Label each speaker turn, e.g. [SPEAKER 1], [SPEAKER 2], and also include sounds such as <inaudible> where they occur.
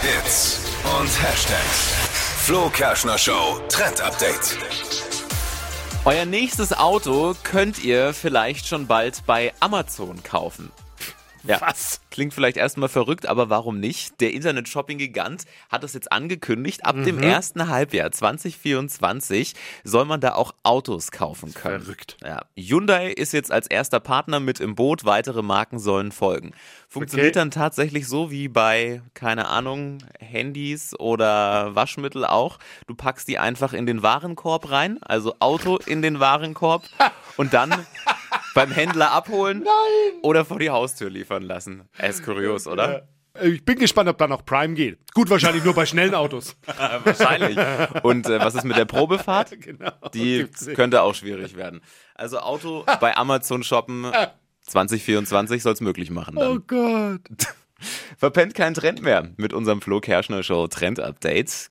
[SPEAKER 1] Hits und Hashtags. Flo Kerschner Show Trend Update.
[SPEAKER 2] Euer nächstes Auto könnt ihr vielleicht schon bald bei Amazon kaufen. Ja.
[SPEAKER 3] Was?
[SPEAKER 2] Klingt vielleicht erstmal verrückt, aber warum nicht? Der Internet-Shopping-Gigant hat das jetzt angekündigt. Ab
[SPEAKER 3] Mhm.
[SPEAKER 2] dem ersten Halbjahr 2024 soll man da auch Autos kaufen können.
[SPEAKER 3] verrückt.
[SPEAKER 2] Ja. Hyundai ist jetzt als erster Partner mit im Boot. Weitere Marken sollen folgen. Funktioniert
[SPEAKER 3] Okay.
[SPEAKER 2] dann tatsächlich so wie bei, keine Ahnung, Handys oder Waschmittel auch. Du packst die einfach in den Warenkorb rein, also Auto in den Warenkorb und dann beim Händler abholen oder vor die Haustür liefern lassen. Er ist kurios, oder?
[SPEAKER 3] Äh, Ich bin gespannt, ob da noch Prime geht. Gut, wahrscheinlich nur bei schnellen Autos. <laughs>
[SPEAKER 2] Wahrscheinlich. Und äh, was ist mit der Probefahrt?
[SPEAKER 3] genau. <laughs>
[SPEAKER 2] Die
[SPEAKER 3] Gibt's nicht.
[SPEAKER 2] könnte auch schwierig werden. Also
[SPEAKER 3] <laughs>
[SPEAKER 2] Auto bei Amazon shoppen 2024 soll es möglich machen. Dann.
[SPEAKER 3] Oh Gott.
[SPEAKER 2] Verpennt keinen Trend mehr mit unserem Flo Kerschner Show Trend Update.